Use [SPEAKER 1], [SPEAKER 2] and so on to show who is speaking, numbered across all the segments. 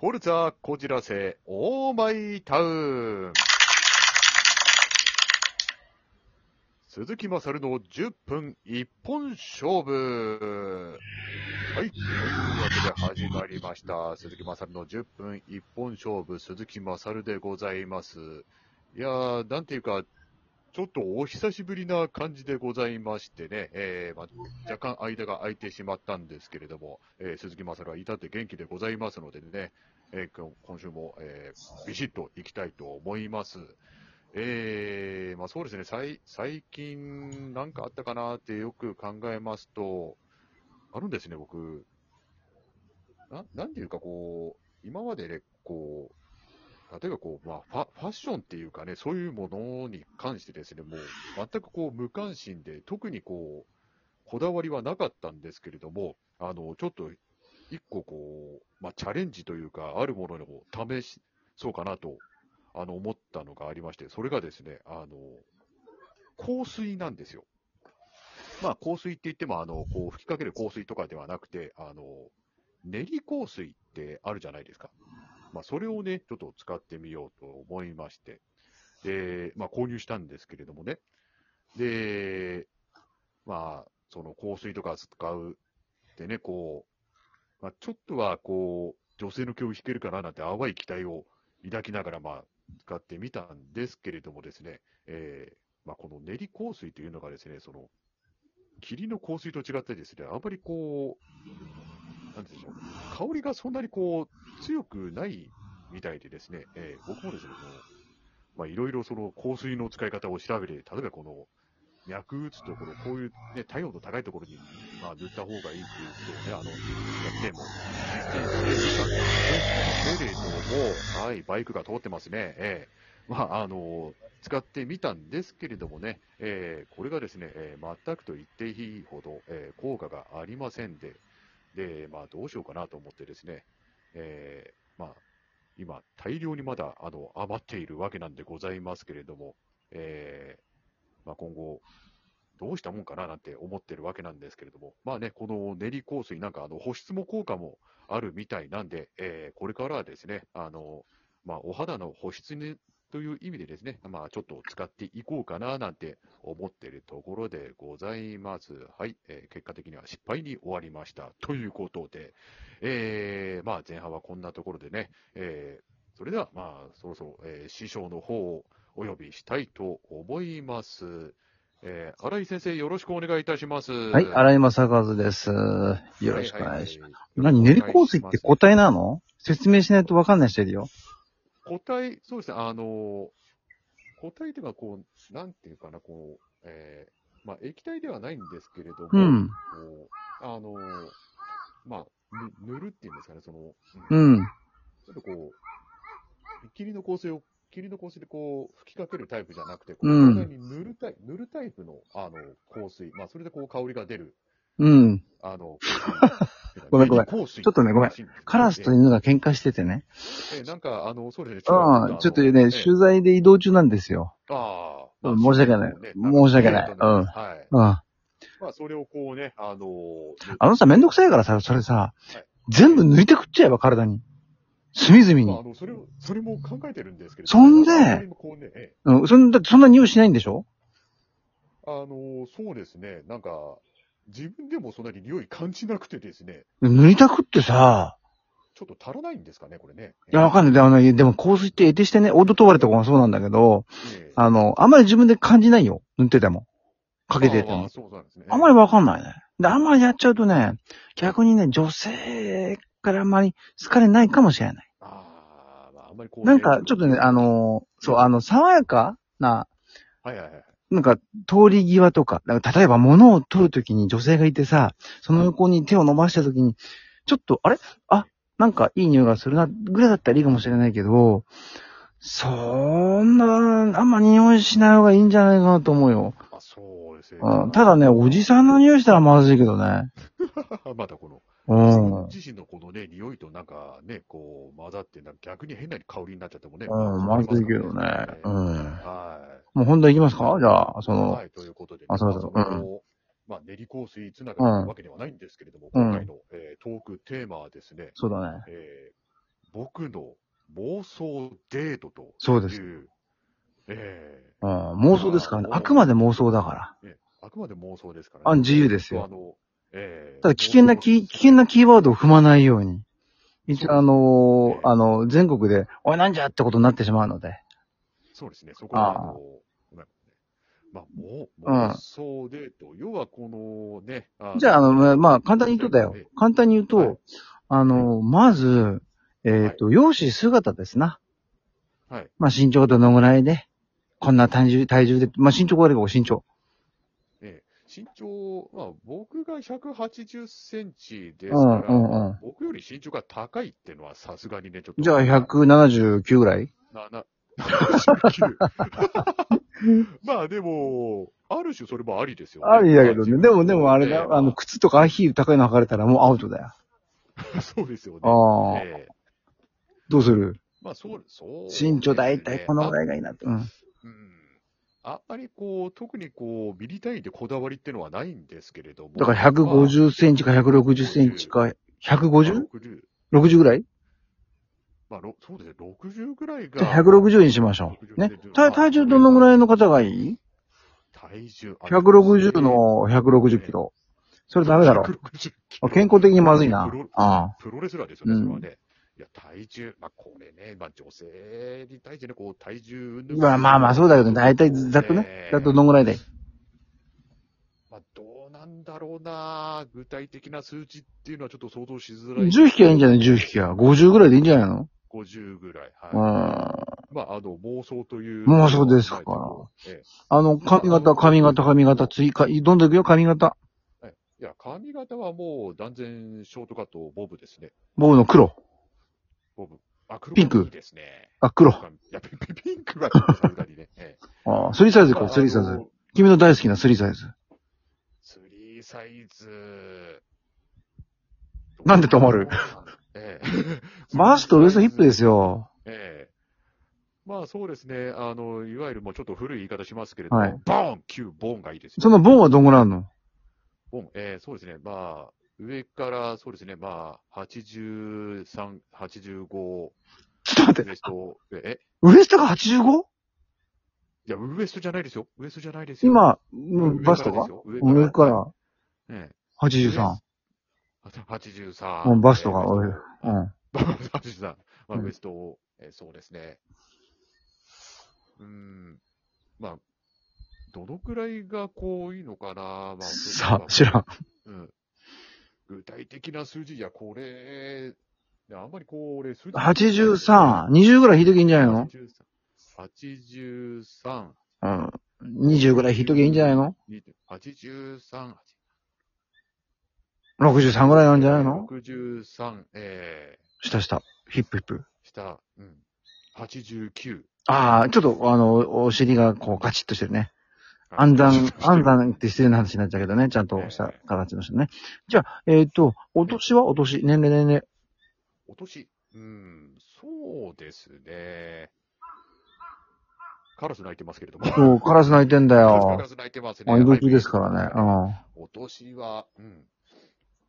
[SPEAKER 1] フォルツァこじらせ、オーマイタウン。鈴木まさるの10分一本勝負。はい。というわけで始まりました。鈴木まさるの10分一本勝負、鈴木まさるでございます。いやー、なんていうか、ちょっとお久しぶりな感じでございましてね、えーまあ、若干間が空いてしまったんですけれども、えー鈴木まさるは至って元気でございますのでね、えー今日今週も、えービシッといきたいと思います。えーまあ、そうですね、最最近なんかあったかなってよく考えますと、あるんですね、僕。ななんていうかこう、今までね、こう、例えばこう、まあファ、ファッションっていうかね、そういうものに関してですね、もう全くこう無関心で、特にこう、こだわりはなかったんですけれども、あの、ちょっと一個こう、まあ、チャレンジというか、あるものを試し、そうかなと、あの、思ったのがありまして、それがですね、あの、香水なんですよ。まあ、香水って言っても、あの、こう、吹きかける香水とかではなくて、あの、練り香水ってあるじゃないですか。まあ、それをね、ちょっと使ってみようと思いまして、で、まあ、購入したんですけれどもね。で、まあ、その香水とか使うってね、こう、まあ、ちょっとは、こう、女性の気を引けるかななんて淡い期待を抱きながら、まあ、使ってみたんですけれどもですね、えーまあ、この練り香水というのがですね、その、霧の香水と違ってですね、あんまりこう、なんて言うんでしょう、香りがそんなにこう、強くないみたいでですね、えー僕もですね、このまあ、いろいろその香水の使い方を調べて、例えばこの、脈打つところ、こういうね、体温の高いところに、まあ、塗った方がいいっていうことをね、あの、やっても、実践してみたんですけれども、はい、バイクが通ってますね、ええまあ、あの、使ってみたんですけれどもね、えーこれがですね、えー全くと言っていいほど、えー効果がありませんで、で、まあ、どうしようかなと思ってですね、えーまあ、今、大量にまだ、あの、余っているわけなんでございますけれども、えーまあ、今後、どうしたもんかななんて思ってるわけなんですけれども、まあね、この練り香水なんか、あの、保湿も効果もあるみたいなんで、えーこれからはですね、あの、まあ、お肌の保湿にという意味でですね、まあ、ちょっと使っていこうかななんて思っているところでございます。はい、えー結果的には失敗に終わりました。ということで、えーまあ、前半はこんなところでね、えーそれでは、まあ、そろそろ、えー師匠の方をお呼びしたいと思います。えー、新井先生、よろしくお願いいたします。
[SPEAKER 2] はい、
[SPEAKER 1] い、
[SPEAKER 2] 荒井正和です。よろしくお願いします。
[SPEAKER 1] ます。
[SPEAKER 2] 何、練り香水って個体なの説明しないと分かんない人いるよ。
[SPEAKER 1] 個体、そうですね、あの、個体ではこう、なんていうかな、こう、えー、まあ、液体ではないんですけれども、
[SPEAKER 2] うん、
[SPEAKER 1] こうあの、まあ、ぬ塗るっていうんですかね、その、
[SPEAKER 2] う
[SPEAKER 1] ち
[SPEAKER 2] ん、
[SPEAKER 1] ょっとこう、霧の香水を、霧の香水でこう、吹きかけるタイプじゃなくて、こ
[SPEAKER 2] うん
[SPEAKER 1] 体に塗るタイプ、塗るタイプの、あの、香水、まあ、それでこう、香りが出る、
[SPEAKER 2] うん。
[SPEAKER 1] あの、
[SPEAKER 2] ごめんごめん
[SPEAKER 1] 香水
[SPEAKER 2] ちょっとねごめん。カラスと
[SPEAKER 1] え
[SPEAKER 2] 犬が喧嘩しててね。
[SPEAKER 1] えなんか、あの、そうですね。
[SPEAKER 2] うん、ちょっとね、取
[SPEAKER 1] 材
[SPEAKER 2] 材で移動中なんですよ。
[SPEAKER 1] ああ、
[SPEAKER 2] うん申し訳ない申し訳ない
[SPEAKER 1] そうだね
[SPEAKER 2] うん
[SPEAKER 1] はい。
[SPEAKER 2] うん。あ
[SPEAKER 1] まあ、それをこうね、あのー、
[SPEAKER 2] のさ、めんどくさいからさ、それさ
[SPEAKER 1] はい、
[SPEAKER 2] 全部抜いてくっちゃえば体に。隅々
[SPEAKER 1] まあ、あ
[SPEAKER 2] に。
[SPEAKER 1] の、それを、それも考えてるんですけれど。
[SPEAKER 2] そんで
[SPEAKER 1] あまりもこうね、ええ
[SPEAKER 2] うん、そんな、そんな匂いしないんでしょ
[SPEAKER 1] あのー、そうですね、なんか、自分でもそんなに匂い感じなくてですね、
[SPEAKER 2] 抜いたくってさ、
[SPEAKER 1] ちょっと足らないんですかね、これね。
[SPEAKER 2] いや、わかんない。であのねでも香水って得てしてね、オードトワレとかもそうなんだけど、
[SPEAKER 1] ええ
[SPEAKER 2] あの、あんまり自分で感じないよ。塗ってても。かけてて
[SPEAKER 1] まあま
[SPEAKER 2] も
[SPEAKER 1] あ。そうなんですね。
[SPEAKER 2] あんまりわかんないね。で、あんまりやっちゃうとね、逆にね、女性からあんまり好かれないかもしれない。
[SPEAKER 1] ああ、まあ、あんまりこう、
[SPEAKER 2] なんか、ちょっとね、あ、のーそう、あの、爽やかな、
[SPEAKER 1] はいはいはい。
[SPEAKER 2] なんか、通り際とか、なんか例えば物を取るときに女性がいてさ、その横に手を伸ばしたときに、ちょっと、あれあ、なんかいい匂いがするな、ぐらいだったらいいかもしれないけど、そんな、あんま匂いしない方がいいんじゃないかなと思うよ。
[SPEAKER 1] あ、そうですね。
[SPEAKER 2] うん、ただね、おじさんの匂いしたらまずいけどね。
[SPEAKER 1] まだこの、自
[SPEAKER 2] うん
[SPEAKER 1] 分。自身のこのね、匂いとなんかね、こう混ざって、なんか逆に変な香りになっちゃってもね。
[SPEAKER 2] うん、まずいけどね。う
[SPEAKER 1] は
[SPEAKER 2] ん。
[SPEAKER 1] い。
[SPEAKER 2] もう本題いきますかじゃあ、その、
[SPEAKER 1] はい、ということで、ね、
[SPEAKER 2] あそうそう
[SPEAKER 1] まあ
[SPEAKER 2] うん
[SPEAKER 1] のまあ、練り香水つながりなわけではないんですけれども、
[SPEAKER 2] うん
[SPEAKER 1] 今回の、えートークテーマはですね、
[SPEAKER 2] そうだね。
[SPEAKER 1] えー僕の妄想デートと
[SPEAKER 2] そう
[SPEAKER 1] い
[SPEAKER 2] です。
[SPEAKER 1] う、ええ
[SPEAKER 2] うん、妄想ですからね。
[SPEAKER 1] あー
[SPEAKER 2] あくまで妄想だから。
[SPEAKER 1] あくまで妄想ですから、
[SPEAKER 2] あ自由ですよ
[SPEAKER 1] あの、ええ
[SPEAKER 2] ただ危険なキー、危険なキーワードを踏まないように。一応あの
[SPEAKER 1] ええ
[SPEAKER 2] ーあの、全国で、おいなんじゃってことになってしまうので。
[SPEAKER 1] そうですね、そこは、あの、ごめんなさいねまあ、もう、
[SPEAKER 2] うん
[SPEAKER 1] 妄想デート。要は、このね、あ
[SPEAKER 2] じゃあ、あの、まあまあ、簡単に言うとだよ
[SPEAKER 1] ええ。
[SPEAKER 2] 簡単に言うと、
[SPEAKER 1] はい
[SPEAKER 2] あの、まず、えっ、と、容姿姿ですな。
[SPEAKER 1] はい。
[SPEAKER 2] まあ、身長がどのぐらいで、こんな体重、体重で、まあ、身長があれば身長。
[SPEAKER 1] ええ身長、まあ、僕が180センチです
[SPEAKER 2] う
[SPEAKER 1] か
[SPEAKER 2] ん
[SPEAKER 1] ら、
[SPEAKER 2] うんうん。
[SPEAKER 1] 僕より身長が高いってのはさすがにね、ちょっと。
[SPEAKER 2] じゃあ、179ぐらい
[SPEAKER 1] な、な、79まあでも、ある種それもありですよ、
[SPEAKER 2] ありだけどね。でも、でもあれだ、
[SPEAKER 1] ええ
[SPEAKER 2] あの、靴とかアイヒール高いの履かれたらもうアウトだよ。
[SPEAKER 1] そうですよね。
[SPEAKER 2] ああ、
[SPEAKER 1] ええ
[SPEAKER 2] どうする
[SPEAKER 1] まあそう、そう、
[SPEAKER 2] 身長大体このぐらいがいいなって。うん。
[SPEAKER 1] うんあんまりこう、特にこう、ミリ単位でこだわりってのはないんですけれども。
[SPEAKER 2] だから150センチか160センチか、
[SPEAKER 1] まあ
[SPEAKER 2] 150?60
[SPEAKER 1] 60
[SPEAKER 2] ぐらい
[SPEAKER 1] まあ、ろそうですね、60ぐらい
[SPEAKER 2] じ
[SPEAKER 1] が。
[SPEAKER 2] ゃあ160にしましょう。ね。体体重どのぐらいの方がいい
[SPEAKER 1] 体重。あ
[SPEAKER 2] ?160。の160キロ。それダメだろ。
[SPEAKER 1] 160キロ
[SPEAKER 2] あ健康的にまずいな
[SPEAKER 1] プロ。
[SPEAKER 2] あ
[SPEAKER 1] プロレスラーですよね、
[SPEAKER 2] うん
[SPEAKER 1] それはね。いや、体重、まあ、これね、まあ、女性に対してね、こう、体重。
[SPEAKER 2] あ。まあまあまあ、そうだけど、大体ざっとね
[SPEAKER 1] え。え
[SPEAKER 2] ざっとどのぐらいで。
[SPEAKER 1] まあ、どうなんだろうな具体的な数字っていうのはちょっと想像しづらい。
[SPEAKER 2] 10匹はいいんじゃない ?10 匹は。50ぐらいでいいんじゃないの
[SPEAKER 1] 50ぐらい。はい。
[SPEAKER 2] うん。あ
[SPEAKER 1] まあ、あの、妄想という。
[SPEAKER 2] 妄想ですか
[SPEAKER 1] ええ
[SPEAKER 2] の、髪型、髪型、髪型、次か、どんどんいくよ、髪型。
[SPEAKER 1] いや、髪型はもう断然ショートカット、ボブですね。
[SPEAKER 2] 僕の黒。
[SPEAKER 1] ボブ。あ、黒
[SPEAKER 2] ピンク
[SPEAKER 1] 髪ですね。
[SPEAKER 2] あ、黒。
[SPEAKER 1] いや、ピピピンクはちょっとさすがに ね。ええ
[SPEAKER 2] ああ、スリーサイズ
[SPEAKER 1] ま
[SPEAKER 2] か、
[SPEAKER 1] あ
[SPEAKER 2] スリーサイ
[SPEAKER 1] あ
[SPEAKER 2] ズ。
[SPEAKER 1] の
[SPEAKER 2] 君の大好きなスリーサイズ。
[SPEAKER 1] スリーサイズ。
[SPEAKER 2] なんで止まる
[SPEAKER 1] え え
[SPEAKER 2] バーストウエストヒップですよ。
[SPEAKER 1] ええまあそうですね。あの、いわゆるもうちょっと古い言い方しますけれども、
[SPEAKER 2] はい
[SPEAKER 1] ボーン、旧ボーンがいいですよ。
[SPEAKER 2] そのボンはどんぐらいあんの
[SPEAKER 1] ボン、えーそうですね。まあ、上から、そうですね。まあ、83、85、
[SPEAKER 2] ちょっ
[SPEAKER 1] ウ
[SPEAKER 2] と待って、
[SPEAKER 1] エスト、ええ、
[SPEAKER 2] ウエストが 85?
[SPEAKER 1] いや、ウエストじゃないですよ。ウエストじゃないですよ。
[SPEAKER 2] 今、
[SPEAKER 1] 上
[SPEAKER 2] うん
[SPEAKER 1] から
[SPEAKER 2] バスト
[SPEAKER 1] で
[SPEAKER 2] が
[SPEAKER 1] すよ上
[SPEAKER 2] 上か。ら
[SPEAKER 1] ええ
[SPEAKER 2] 83。
[SPEAKER 1] あと83。
[SPEAKER 2] うんバストが
[SPEAKER 1] え え
[SPEAKER 2] うん。
[SPEAKER 1] 83。まあ、
[SPEAKER 2] うん
[SPEAKER 1] ウエストを、えーそうですね。うーん。まあ、どのくらいがこういいのかな、まあ、
[SPEAKER 2] さ
[SPEAKER 1] ま
[SPEAKER 2] あ、知らん。
[SPEAKER 1] うん。具体的な数字、いや、これ、いやあんまりこれ、数字。
[SPEAKER 2] 83、20ぐらい引いときゃいいんじゃないの
[SPEAKER 1] ?83、83、
[SPEAKER 2] うん。20ぐらい引いときゃいいんじゃないの
[SPEAKER 1] 83、
[SPEAKER 2] ?63 ぐらいなんじゃないの
[SPEAKER 1] ?63、え
[SPEAKER 2] 下下。ヒップヒップ。
[SPEAKER 1] ー、下、うん。89。
[SPEAKER 2] ああ、ちょっと、あの、お尻がこうガチッとしてるね。暗算、暗算って失礼な話になっちゃうけどね。ちゃんとした形の人ね。じゃあ、えっ、と、お年はお年、年齢年齢。
[SPEAKER 1] お年、うん、そうですね。カラス鳴いてますけれども。
[SPEAKER 2] そう、カラス泣いてんだ
[SPEAKER 1] カ
[SPEAKER 2] よ
[SPEAKER 1] ラ。ス鳴いてますね。
[SPEAKER 2] あ、いぶきですからね。うん。
[SPEAKER 1] お年は、うん、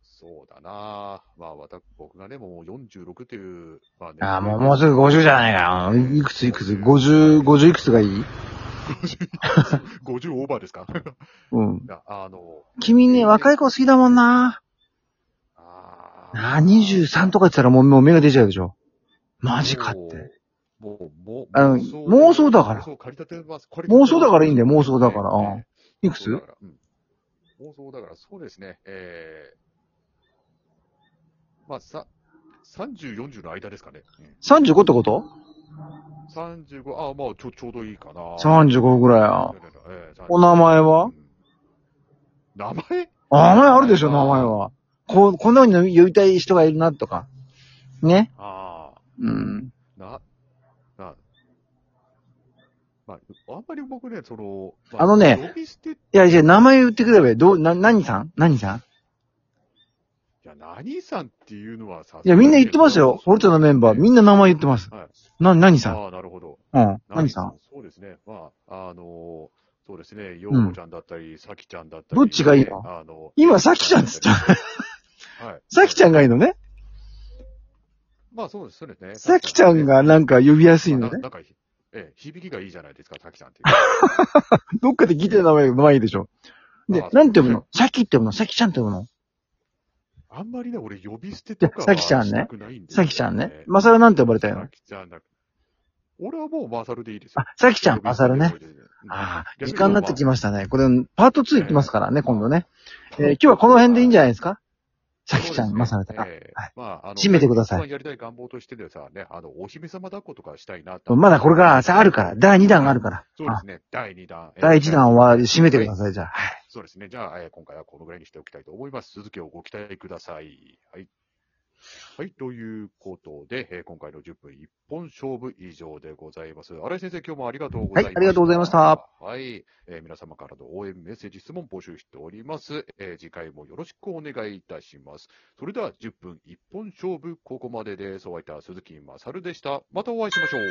[SPEAKER 1] そうだなまあ、私、僕がね、もう46という、まあね、
[SPEAKER 2] ああ、もう、もうすぐ50じゃないかよ。いくついくつ ?50、50いくつがいい
[SPEAKER 1] 50オーバーですか
[SPEAKER 2] うん。
[SPEAKER 1] ああの、
[SPEAKER 2] 君ね、若い子好きだもんな。
[SPEAKER 1] あ
[SPEAKER 2] ああ、23とか言ってたらもうもう目が出ちゃうでしょ。マジかって。。
[SPEAKER 1] もう、もう、
[SPEAKER 2] あの妄想だから
[SPEAKER 1] 妄想借り立てます。借り立てま
[SPEAKER 2] 妄
[SPEAKER 1] す
[SPEAKER 2] 想だからいいんだよ、妄想だから。
[SPEAKER 1] ええ
[SPEAKER 2] うんいく
[SPEAKER 1] そうだ
[SPEAKER 2] つ
[SPEAKER 1] からうん妄想だから、そうですね。えー、まあ、さ、30、40の間ですかね。
[SPEAKER 2] ?35 ってこと
[SPEAKER 1] 35、ああ、まあ、ちょ、ちょうどいいかな。
[SPEAKER 2] ?35 ぐらいや。
[SPEAKER 1] えー
[SPEAKER 2] お名前は
[SPEAKER 1] うん名前
[SPEAKER 2] あ名前あるでしょ、
[SPEAKER 1] あー
[SPEAKER 2] 名前は。こう、こんな風に呼びたい人がいるな、とか。ね。
[SPEAKER 1] あ
[SPEAKER 2] うん。
[SPEAKER 1] あ、な、な、まあ、あんまり僕ね、その、ま
[SPEAKER 2] あのね
[SPEAKER 1] 呼び捨て、い
[SPEAKER 2] いや、いや、名前言ってくればいい。どう、な、何さん何さん
[SPEAKER 1] や、何さんっていうのはさ、
[SPEAKER 2] いや、みんな言ってますよ。フォルツァのメンバー、みんな名前言ってます。
[SPEAKER 1] はい
[SPEAKER 2] な、何さん
[SPEAKER 1] ああ、なるほど。
[SPEAKER 2] うん。何さん
[SPEAKER 1] そうですね。まあ、あのーそうですね。ようこちゃんだったり、さきちゃんだったり、
[SPEAKER 2] どっちがいいの
[SPEAKER 1] あの
[SPEAKER 2] 今、さきちゃんっつった。
[SPEAKER 1] はい。
[SPEAKER 2] さきちゃんがいいのね。
[SPEAKER 1] まあそうです、そうですね。
[SPEAKER 2] さきちゃんがなんか呼びやすいの
[SPEAKER 1] まあな
[SPEAKER 2] ね。
[SPEAKER 1] なんか、ええ、響きがいいじゃないですか、さきちゃんって。
[SPEAKER 2] どっかで聞いてる名前が前でしょ。で
[SPEAKER 1] あ、
[SPEAKER 2] なんて読むのさきって読むのさきちゃんって読むの
[SPEAKER 1] あんまりね、俺呼び捨てとかは
[SPEAKER 2] さきちゃんね
[SPEAKER 1] したくないんですよ
[SPEAKER 2] さきちゃんね。まさるなんて呼ばれたいの
[SPEAKER 1] さきちゃんだ。俺はもうマサルでいいですよ。
[SPEAKER 2] あ、さきちゃん、まさるね
[SPEAKER 1] 呼。び捨てでもいいです。
[SPEAKER 2] ああ、
[SPEAKER 1] 逆に
[SPEAKER 2] 時間になってきましたね。これ、パート2いきますからね、今度ね。えー今日はこの辺でいいんじゃないですかさきちゃん、まさるあ、
[SPEAKER 1] ええ
[SPEAKER 2] はい
[SPEAKER 1] まあ、あの、
[SPEAKER 2] 締めてください
[SPEAKER 1] 一番やりたい願望としてでさ、ね、あの、お姫様抱っことかしたいなと
[SPEAKER 2] まだこれがさ、あるから、第2弾があるから。
[SPEAKER 1] そうですね、第2弾。ええ
[SPEAKER 2] 第1弾は締めてください、じゃあ。はい
[SPEAKER 1] そうですね。じゃあ、えー今回はこのぐらいにしておきたいと思います。続きをご期待ください。はい。はい。ということで、えー今回の10分一本勝負以上でございます。荒井先生、今日もありがとうございました。
[SPEAKER 2] はいありがとうございました。
[SPEAKER 1] はい。えー皆様からの応援、メッセージ、質問募集しております。えー次回もよろしくお願いいたします。それでは、10分一本勝負、ここまでです。お相手は鈴木まさるでした。またお会いしましょう。